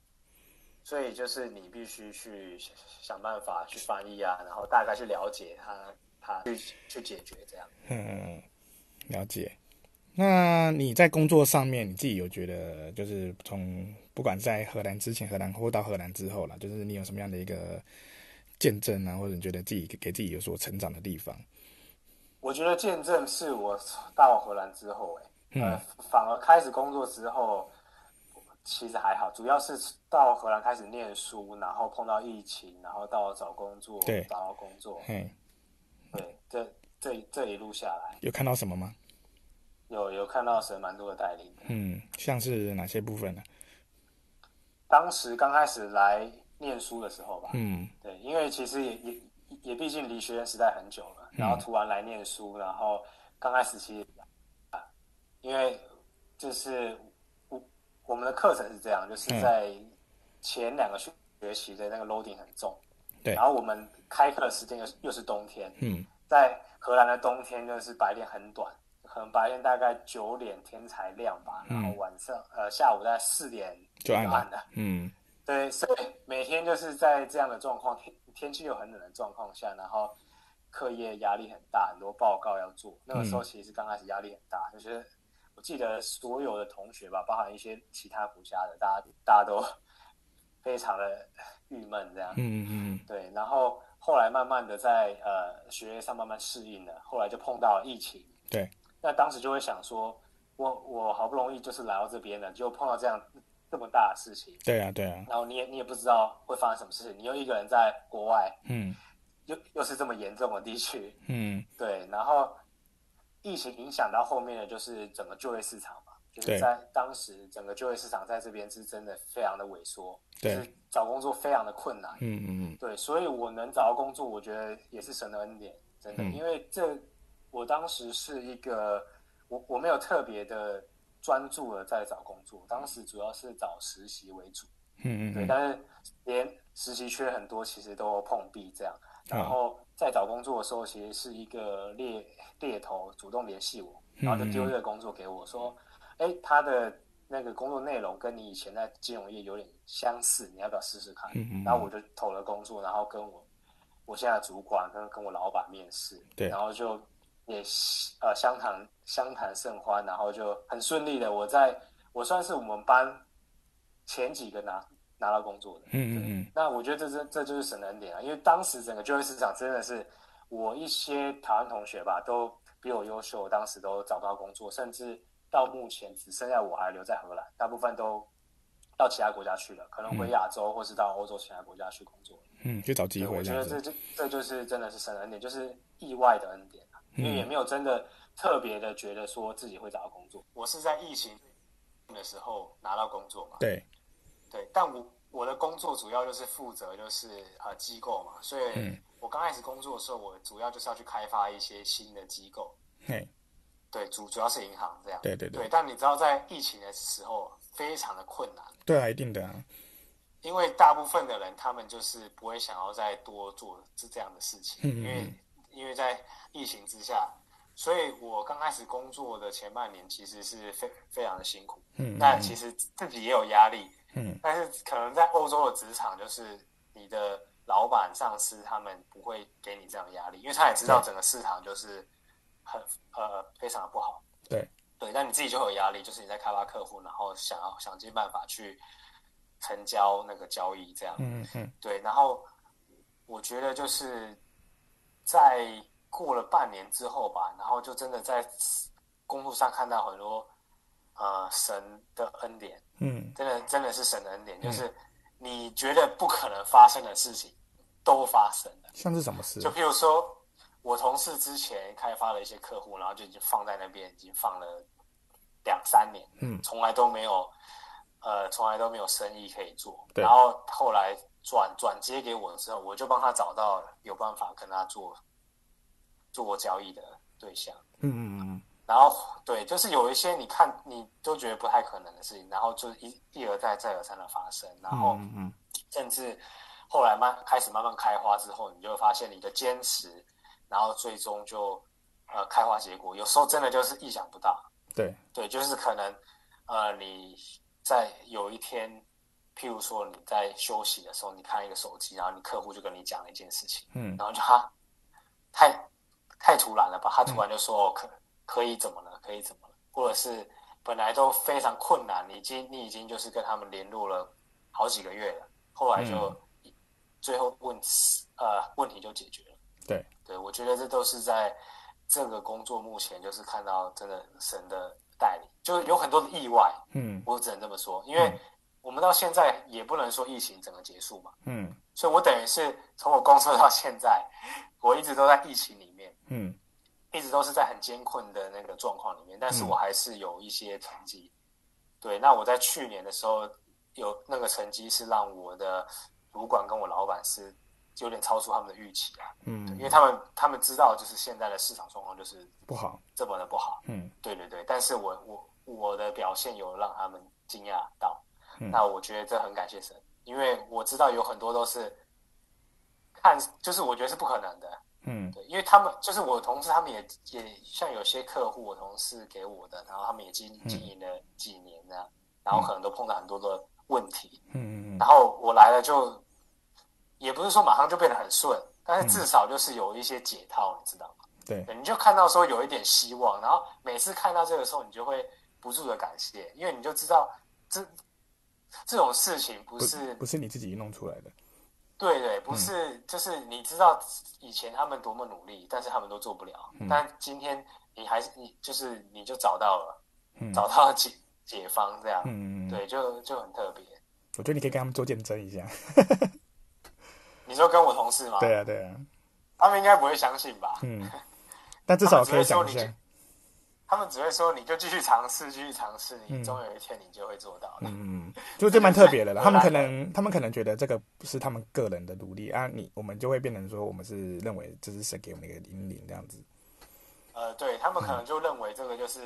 Speaker 2: 所以就是你必须去想办法去翻译啊，然后大概去了解它，它去去解决这样。
Speaker 1: 嗯，了解。那你在工作上面，你自己有觉得，就是从不管在荷兰之前、荷兰或到荷兰之后啦，就是你有什么样的一个见证啊，或者你觉得自己给自己有所成长的地方？
Speaker 2: 我觉得见证是我到荷兰之后、欸，
Speaker 1: 嗯
Speaker 2: 呃，反而开始工作之后，其实还好，主要是到荷兰开始念书，然后碰到疫情，然后到找工作
Speaker 1: 对，
Speaker 2: 找到工作，
Speaker 1: 嘿，
Speaker 2: 对，这这这一路下来，
Speaker 1: 有看到什么吗？
Speaker 2: 有有看到神蛮多的带领的。
Speaker 1: 嗯，像是哪些部分呢、
Speaker 2: 当时刚开始来念书的时候吧，
Speaker 1: 嗯
Speaker 2: 对，因为其实也也也毕竟离学生时代很久了，
Speaker 1: 嗯
Speaker 2: 然后突然来念书，然后刚开始其实啊，因为就是我我们的课程是这样，就是
Speaker 1: 嗯
Speaker 2: 在前两个学学期的那个 loading 很重，
Speaker 1: 对
Speaker 2: 然后我们开课的时间又是又是冬天，
Speaker 1: 嗯，
Speaker 2: 在荷兰的冬天就是白天很短，可能白天大概九点天才亮吧，然后晚上呃下午大概四点
Speaker 1: 就暗
Speaker 2: 暗
Speaker 1: 了。嗯
Speaker 2: 对，所以每天就是在这样的状况，天天气又很冷的状况下，然后课业压力很大，很多报告要做。那个时候其实刚开始压力很大，就是我记得所有的同学吧，包含一些其他国家的，大家大家都非常的郁闷这样。
Speaker 1: 嗯嗯
Speaker 2: 对，然后后来慢慢的在呃学业上慢慢适应了，后来就碰到了疫情，
Speaker 1: 对，
Speaker 2: 那当时就会想说，我我好不容易就是来到这边了，就碰到这样这么大的事情，
Speaker 1: 对啊，对啊，
Speaker 2: 然后你也你也不知道会发生什么事情，你又一个人在国外，
Speaker 1: 嗯
Speaker 2: 又又是这么严重的地区，
Speaker 1: 嗯，
Speaker 2: 对，然后疫情影响到后面的就是整个就业市场嘛，就是
Speaker 1: 对
Speaker 2: 在当时整个就业市场在这边是真的非常的萎缩，就
Speaker 1: 对
Speaker 2: 是找工作非常的困难，
Speaker 1: 嗯嗯
Speaker 2: 对，所以我能找到工作，我觉得也是神的恩典，真的，因为这我当时是一个，我我没有特别的专注的在找工作，当时主要是找实习为主，
Speaker 1: 嗯
Speaker 2: 对，
Speaker 1: 嗯
Speaker 2: 但是连实习缺很多，其实都碰壁这样，然
Speaker 1: 好
Speaker 2: 后在找工作的时候，其实是一个猎猎头主动联系我，然后
Speaker 1: 嗯
Speaker 2: 就丢这个工作给我说，哎，他的。那个工作内容跟你以前在金融业有点相似，你要不要试试看？
Speaker 1: 嗯嗯，
Speaker 2: 然后我就投了工作，然后跟我我现在的主管跟跟我老板面试，
Speaker 1: 对
Speaker 2: 然后就也呃相谈相谈甚欢，然后就很顺利的，我在我算是我们班前几个拿拿到工作的，
Speaker 1: 嗯嗯嗯，
Speaker 2: 那我觉得这这这就是神的恩典啊，因为当时整个就业市场真的是我一些台湾同学吧，都比我优秀，当时都找不到工作，甚至到目前只剩下我还留在荷兰，大部分都到其他国家去了，可能回亚洲或是到欧洲其他国家去工作了。
Speaker 1: 嗯，去找机
Speaker 2: 对
Speaker 1: 会
Speaker 2: 我
Speaker 1: 这
Speaker 2: 觉
Speaker 1: 样
Speaker 2: 得
Speaker 1: 子
Speaker 2: 这。这这就是真的是神恩典，就是意外的恩典啊、
Speaker 1: 嗯
Speaker 2: 因为也没有真的特别的觉得说自己会找到工作。我是在疫情的时候拿到工作嘛，
Speaker 1: 对，
Speaker 2: 对，但我我的工作主要就是负责就是呃机构嘛，所
Speaker 1: 嗯
Speaker 2: 以我刚开始工作的时候，我主要就是要去开发一些新的机构，
Speaker 1: 嘿，
Speaker 2: 对，主主要是银行这样，
Speaker 1: 对对对
Speaker 2: 对，但你知道在疫情的时候非常的困难。
Speaker 1: 对啊，一定的啊。
Speaker 2: 因为大部分的人他们就是不会想要再多做这这样的事情，
Speaker 1: 嗯
Speaker 2: 因为因为在疫情之下，所以我刚开始工作的前半年其实是非非常的辛苦，
Speaker 1: 嗯
Speaker 2: 那其实自己也有压力，
Speaker 1: 嗯，
Speaker 2: 但是可能在欧洲的职场就是你的老板上司他们不会给你这样的压力，因为他也知道整个市场就是很呃非常的不好，
Speaker 1: 对，
Speaker 2: 对，那你自己就会有压力，就是你在开发客户，然后想要想尽办法去成交那个交易，这样、
Speaker 1: 嗯嗯
Speaker 2: 对。然后我觉得就是在过了半年之后吧，然后就真的在工作上看到很多呃神的恩典，
Speaker 1: 嗯，
Speaker 2: 真的真的是神的恩典，就是你觉得不可能发生的事情都发生了。
Speaker 1: 像是什么事
Speaker 2: 就？譬如说，我同事之前开发了一些客户，然后就已经放在那边，已经放了两三年，
Speaker 1: 嗯，
Speaker 2: 从来都没有，呃，从来都没有生意可以做。
Speaker 1: 对
Speaker 2: 然后后来转转接给我之后，我就帮他找到有办法跟他做做交易的对象。
Speaker 1: 嗯嗯嗯
Speaker 2: 然后对，就是有一些你看你都觉得不太可能的事情，然后就一一而再再而三的发生，然后
Speaker 1: 嗯嗯
Speaker 2: 甚至后来慢开始慢慢开花之后，你就会发现你的坚持，然后最终就呃开花结果，有时候真的就是意想不到。
Speaker 1: 嗯，对，
Speaker 2: 对，就是可能呃你在有一天，譬如说你在休息的时候，你看一个手机，然后你客户就跟你讲了一件事情，
Speaker 1: 嗯
Speaker 2: 然后就他太太突然了吧？他突然就说、哦可可以怎么了？可以怎么了？或者是本来都非常困难，你已经你已经就是跟他们联络了好几个月了，后来就、最后问呃问题就解决了。
Speaker 1: 对，
Speaker 2: 对我觉得这都是在这个工作目前就是看到真的神的带领，就有很多的意外，
Speaker 1: 嗯
Speaker 2: 我只能这么说，因为我们到现在也不能说疫情整个结束嘛，
Speaker 1: 嗯
Speaker 2: 所以我等于是从我工作到现在，我一直都在疫情里面，
Speaker 1: 嗯，
Speaker 2: 一直都是在很艰困的那个状况里面，但是我还是有一些成绩。对，那我在去年的时候有那个成绩是让我的主管跟我老板是有点超出他们的预期啊，
Speaker 1: 嗯
Speaker 2: 对因为他们他们知道就是现在的市场状况就是
Speaker 1: 不好。
Speaker 2: 这么的不好，
Speaker 1: 嗯
Speaker 2: 对对对，但是我我我的表现有让他们惊讶到，那我觉得这很感谢神，因为我知道有很多都是看就是我觉得是不可能的，
Speaker 1: 嗯
Speaker 2: 对，因为他们就是我同事，他们也也像有些客户，我同事给我的，然后他们也经经营了几年这样，然后可能都碰到很多的问题，
Speaker 1: 嗯嗯
Speaker 2: 然后我来了就也不是说马上就变得很顺，但是至少就是有一些解套，你知道吗？
Speaker 1: 对，
Speaker 2: 对你就看到说有一点希望，然后每次看到这个时候，你就会不住的感谢，因为你就知道这这种事情不
Speaker 1: 不嗯
Speaker 2: 是
Speaker 1: 不是你自己弄出来的。
Speaker 2: 对对，不是，就是你知道以前他们多么努力，但是他们都做不了。
Speaker 1: 嗯
Speaker 2: 但今天你还是你，就是你就找到了，
Speaker 1: 嗯
Speaker 2: 找到了解解方这样，
Speaker 1: 嗯嗯嗯，
Speaker 2: 对，就就很特别。
Speaker 1: 我觉得你可以跟他们做见证一下。
Speaker 2: 啊你说跟我同事吗？
Speaker 1: 对啊对啊，
Speaker 2: 他们应该不会相信吧？
Speaker 1: 嗯，但至少可以讲一
Speaker 2: 啊他们只会说你
Speaker 1: 下
Speaker 2: 就。他们只会说你就继续尝试，继续尝试，你终有一天你就会做到的。
Speaker 1: 嗯，就这蛮特别的啦。他
Speaker 2: 荷
Speaker 1: 们
Speaker 2: 兰
Speaker 1: 可能，他们可能觉得这个不是他们个人的努力啊，你我们就会变成说，我们是认为这是神给我们一个引领这样子。
Speaker 2: 呃，对他们可能
Speaker 1: 嗯
Speaker 2: 就认为这个就是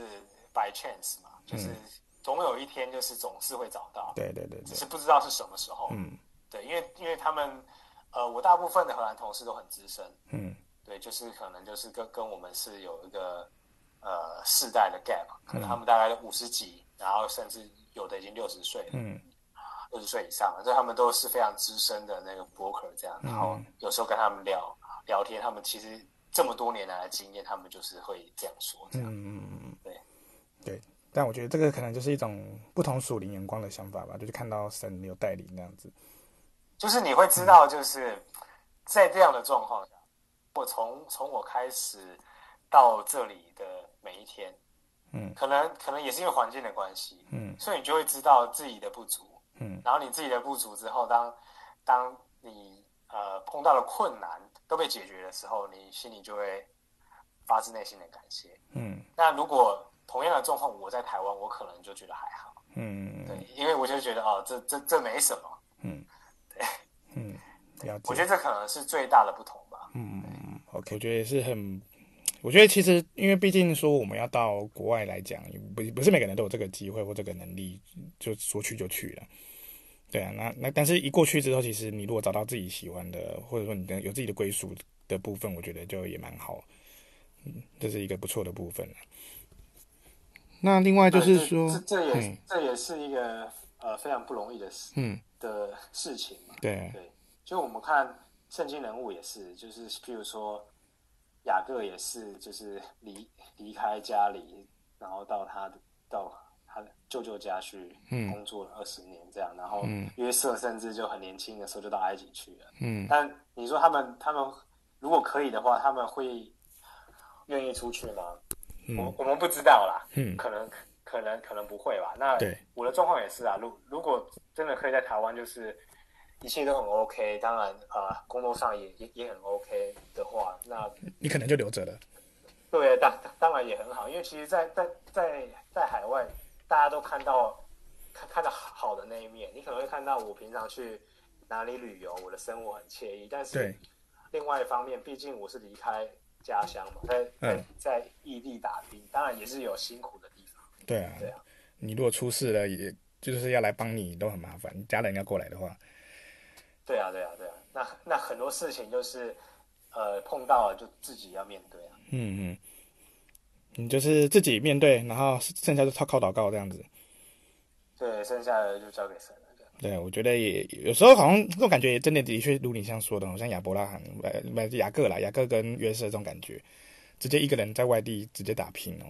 Speaker 2: by chance 嘛，就是总有一天就是总是会找到。
Speaker 1: 对对对
Speaker 2: 只
Speaker 1: 对，
Speaker 2: 是不知道是什么时候。
Speaker 1: 嗯，
Speaker 2: 对，因为因为他们，呃，我大部分的荷兰同事都很资深，
Speaker 1: 嗯
Speaker 2: 对，就是可能就是跟跟我们是有一个呃世代的 gap，可
Speaker 1: 嗯
Speaker 2: 能他们大概五十几，然后甚至有的已经六十岁了，
Speaker 1: 嗯，
Speaker 2: 六十岁以上了，所以他们都是非常资深的那个 broker 这
Speaker 1: 嗯
Speaker 2: 样，然后有时候跟他们聊聊天，他们其实这么多年来的经验，他们就是会这样说
Speaker 1: 嗯
Speaker 2: 这样，对。
Speaker 1: 对。但我觉得这个可能就是一种不同属灵眼光的想法吧，就是看到神有带领那样子。
Speaker 2: 就是你会知道，就是在这样的状况下，我从从我开始到这里的每一天，
Speaker 1: 嗯，
Speaker 2: 可能可能也是因为环境的关系，
Speaker 1: 嗯，
Speaker 2: 所以你就会知道自己的不足，
Speaker 1: 嗯，
Speaker 2: 然后你自己的不足之后，当当你呃碰到了困难都被解决的时候，你心里就会发自内心的感谢。
Speaker 1: 嗯
Speaker 2: 那如果同样的状况我在台湾，我可能就觉得还好，
Speaker 1: 嗯
Speaker 2: 对，因为我就觉得哦，这这这没什么，
Speaker 1: 嗯，嗯，了解。
Speaker 2: 我觉得这可能是最大的不同吧。
Speaker 1: 嗯，OK，我觉得也是很，我觉得其实因为毕竟说我们要到国外来讲，不不是每个人都有这个机会或这个能力，就说去就去了。对啊，那那但是一过去之后，其实你如果找到自己喜欢的，或者说你的有自己的归属的部分，我觉得就也蛮好，嗯，这是一个不错的部分了。那另外就是说
Speaker 2: 哎这，这这也
Speaker 1: 嗯
Speaker 2: 这也是一个呃非常不容易的事
Speaker 1: 嗯，
Speaker 2: 的事情嘛。
Speaker 1: 对，啊
Speaker 2: 对，就我们看圣经人物也是，就是譬如说雅各也是，就是离离开家里，然后到他的到他的舅舅家去
Speaker 1: 嗯
Speaker 2: 工作了二十年这样，然后
Speaker 1: 嗯
Speaker 2: 约瑟甚至就很年轻的时候就到埃及去了。
Speaker 1: 嗯
Speaker 2: 但你说他们他们如果可以的话，他们会愿意出去吗？我
Speaker 1: 嗯
Speaker 2: 我们不知道啦，
Speaker 1: 嗯
Speaker 2: 可能可能可能不会吧。那
Speaker 1: 对
Speaker 2: 我的状况也是啊，如如果真的可以在台湾，就是一切都很 OK，当然啊、呃工作上也也也很 OK 的话，那
Speaker 1: 你可能就留着了。
Speaker 2: 对，当当然也很好，因为其实在，在在在海外，大家都看到看看到好的那一面，你可能会看到我平常去哪里旅游，我的生活很惬意，但是
Speaker 1: 对
Speaker 2: 另外一方面，毕竟我是离开家乡嘛，在在
Speaker 1: 嗯
Speaker 2: 在异地打拼，当然也是有辛苦的地方。
Speaker 1: 对啊，
Speaker 2: 对啊
Speaker 1: 你如果出事了，也就是要来帮你，都很麻烦。家人要过来的话，
Speaker 2: 对啊，对啊，对啊，那那很多事情就是呃碰到了就自己要面对啊。
Speaker 1: 嗯嗯，你就是自己面对，然后剩下就靠靠祷告这样子。
Speaker 2: 对，剩下的就交给神了。这样
Speaker 1: 对，我觉得也有时候好像这种感觉，真的的确如你像说的，好像亚伯拉罕呃不是雅各啦，雅各跟约瑟这种感觉，直接一个人在外地直接打拼哦。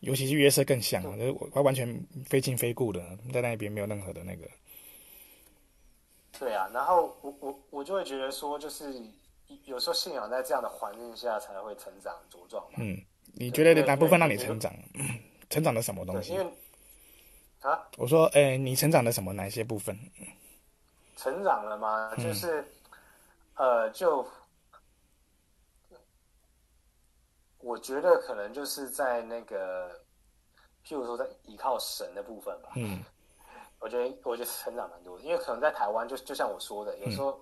Speaker 1: 尤其是约瑟更像啊，就是我他完全非亲非故的，在那边没有任何的那个，
Speaker 2: 对啊，然后我我我就会觉得说，就是有时候信仰在这样的环境下才会成长茁壮嘛。
Speaker 1: 嗯，你觉得哪部分让你
Speaker 2: 对
Speaker 1: 成长？成长了什么东
Speaker 2: 对，
Speaker 1: 西
Speaker 2: 因？为啊，
Speaker 1: 我说，哎，你成长了什么？哪一些部分？
Speaker 2: 成长了嘛，
Speaker 1: 嗯
Speaker 2: 就是、呃，就我觉得可能就是在那个，譬如说在依靠神的部分吧。
Speaker 1: 嗯
Speaker 2: 我觉得我觉得成长蛮多的，因为可能在台湾就就像我说的，
Speaker 1: 嗯
Speaker 2: 有时候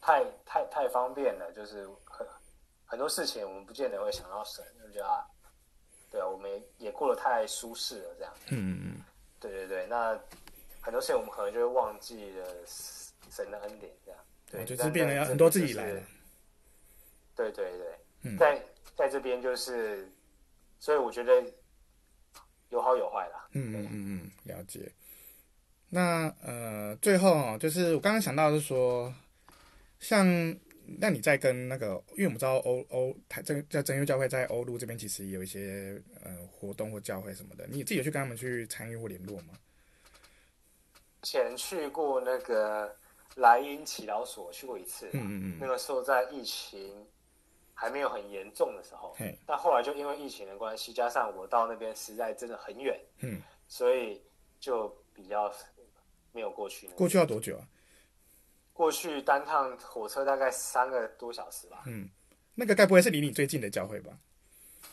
Speaker 2: 太、太太方便了，就是很很多事情我们不见得会想到神，就觉得啊，对啊，我们也也过得太舒适了这样。
Speaker 1: 嗯嗯
Speaker 2: 对对对，那很多事情我们可能就会忘记了神的恩典这样。对，
Speaker 1: 嗯，就
Speaker 2: 但
Speaker 1: 是变得
Speaker 2: 但
Speaker 1: 要
Speaker 2: 这
Speaker 1: 很多
Speaker 2: 就
Speaker 1: 自己
Speaker 2: 是
Speaker 1: 来了。
Speaker 2: 对对对，
Speaker 1: 嗯
Speaker 2: 在在这边就是，所以我觉得有好有坏啦。
Speaker 1: 嗯嗯嗯，嗯，了解。那呃，最后哦，就是我刚刚想到是说，像那你在跟那个，因为我们知道欧欧台真叫真耶稣教会在欧陆这边其实也有一些呃活动或教会什么的，你自己有去跟他们去参与或联络吗？
Speaker 2: 之前去过那个莱茵祈祷所，去过一次。
Speaker 1: 嗯嗯
Speaker 2: 那个时候在疫情还没有很严重的时候
Speaker 1: 嘿，
Speaker 2: 但后来就因为疫情的关系，加上我到那边实在真的很远，
Speaker 1: 嗯，
Speaker 2: 所以就比较没有过去那边。
Speaker 1: 过去要多久啊？
Speaker 2: 过去单趟火车大概三个多小时
Speaker 1: 嗯
Speaker 2: 吧。
Speaker 1: 那个该不会是离你最近的教会吧？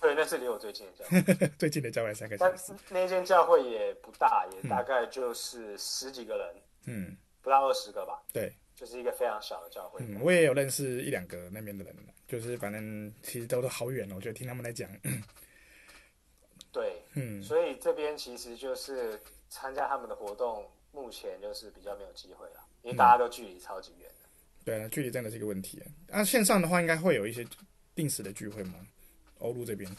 Speaker 2: 对，那是离我最近的教会，
Speaker 1: 最近的教会三个小
Speaker 2: 但
Speaker 1: 时。
Speaker 2: 是那间教会也不大，也大概就是十几个人，
Speaker 1: 嗯，
Speaker 2: 不到二十个吧，
Speaker 1: 对，
Speaker 2: 就是一个非常小的教会。
Speaker 1: 嗯，我也有认识一两个那边的人，就是反正其实都都好远哦，我觉得听他们在讲，
Speaker 2: 对，
Speaker 1: 嗯
Speaker 2: 所以这边其实就是参加他们的活动，目前就是比较没有机会了，因为
Speaker 1: 嗯
Speaker 2: 大家都距离超级远的。
Speaker 1: 对啊，距离真的是一个问题。那、啊、线上的话，应该会有一些定时的聚会吗？欧陆这边，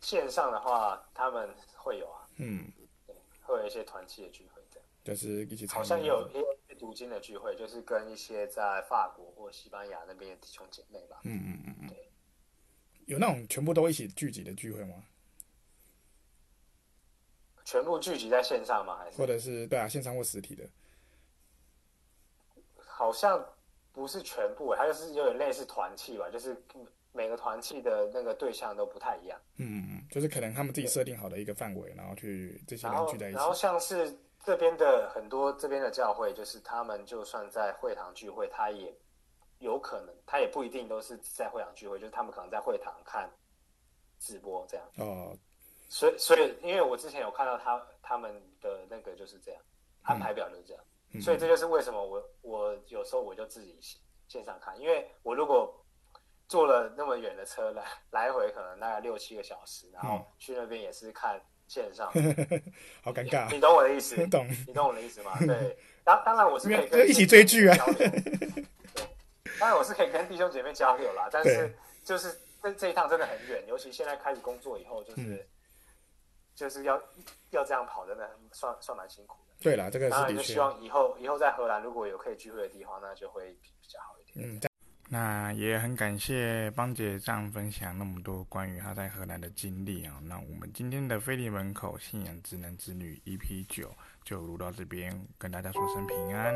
Speaker 2: 线上的话，他们会有啊，
Speaker 1: 嗯，
Speaker 2: 对，会有一些团契的聚会这样，
Speaker 1: 就是一起参与
Speaker 2: 好像也有
Speaker 1: 嗯
Speaker 2: 也有一些读经的聚会，就是跟一些在法国或西班牙那边的弟兄姐妹吧。
Speaker 1: 嗯有那种全部都一起聚集的聚会吗？
Speaker 2: 全部聚集在线上吗？还
Speaker 1: 或
Speaker 2: 是
Speaker 1: 者是对啊，线上或实体的，
Speaker 2: 好像不是全部欸，它就是有点类似团契吧，就是每个团契的那个对象都不太一样。
Speaker 1: 嗯，就是可能他们自己设定好的一个范围，然后去这些
Speaker 2: 然
Speaker 1: 人
Speaker 2: 后
Speaker 1: 聚在一起
Speaker 2: 然。后像是这边的很多这边的教会，就是他们就算在会堂聚会，他也有可能，他也不一定都是在会堂聚会，就是他们可能在会堂看直播这样。
Speaker 1: 哦，
Speaker 2: 所以，所以因为我之前有看到他他们的那个就是这样安排表就是这样，
Speaker 1: 嗯
Speaker 2: 所以这就是为什么我我有时候我就自己线上看，因为我如果坐了那么远的车来来回，可能大概六七个小时，然后
Speaker 1: 嗯
Speaker 2: 去那边也是看线 上，
Speaker 1: 好尴尬
Speaker 2: 你，懂我的意思？
Speaker 1: 懂？
Speaker 2: 你懂我的意思吗？对，当当然我是可以
Speaker 1: 没有
Speaker 2: 跟
Speaker 1: 就一起追剧啊
Speaker 2: 交流对，当然我是可以跟弟兄姐妹交流啦，但
Speaker 1: 对
Speaker 2: 是就是这这一趟真的很远，尤其现在开始工作以后，就是、
Speaker 1: 嗯
Speaker 2: 就是要要这样跑，真的很算算蛮辛苦的。
Speaker 1: 对啦，这个
Speaker 2: 当
Speaker 1: 是
Speaker 2: 然
Speaker 1: 的
Speaker 2: 就
Speaker 1: 确
Speaker 2: 希。望以后以后在荷兰如果有可以聚会的地方，那就会比比较好一点。
Speaker 1: 嗯，这样那也很感谢邦姐这样分享那么多关于她在荷兰的经历啊、那我们今天的菲利门 E 口信仰职能之旅 EP 九就录到这边，跟大家说声平安。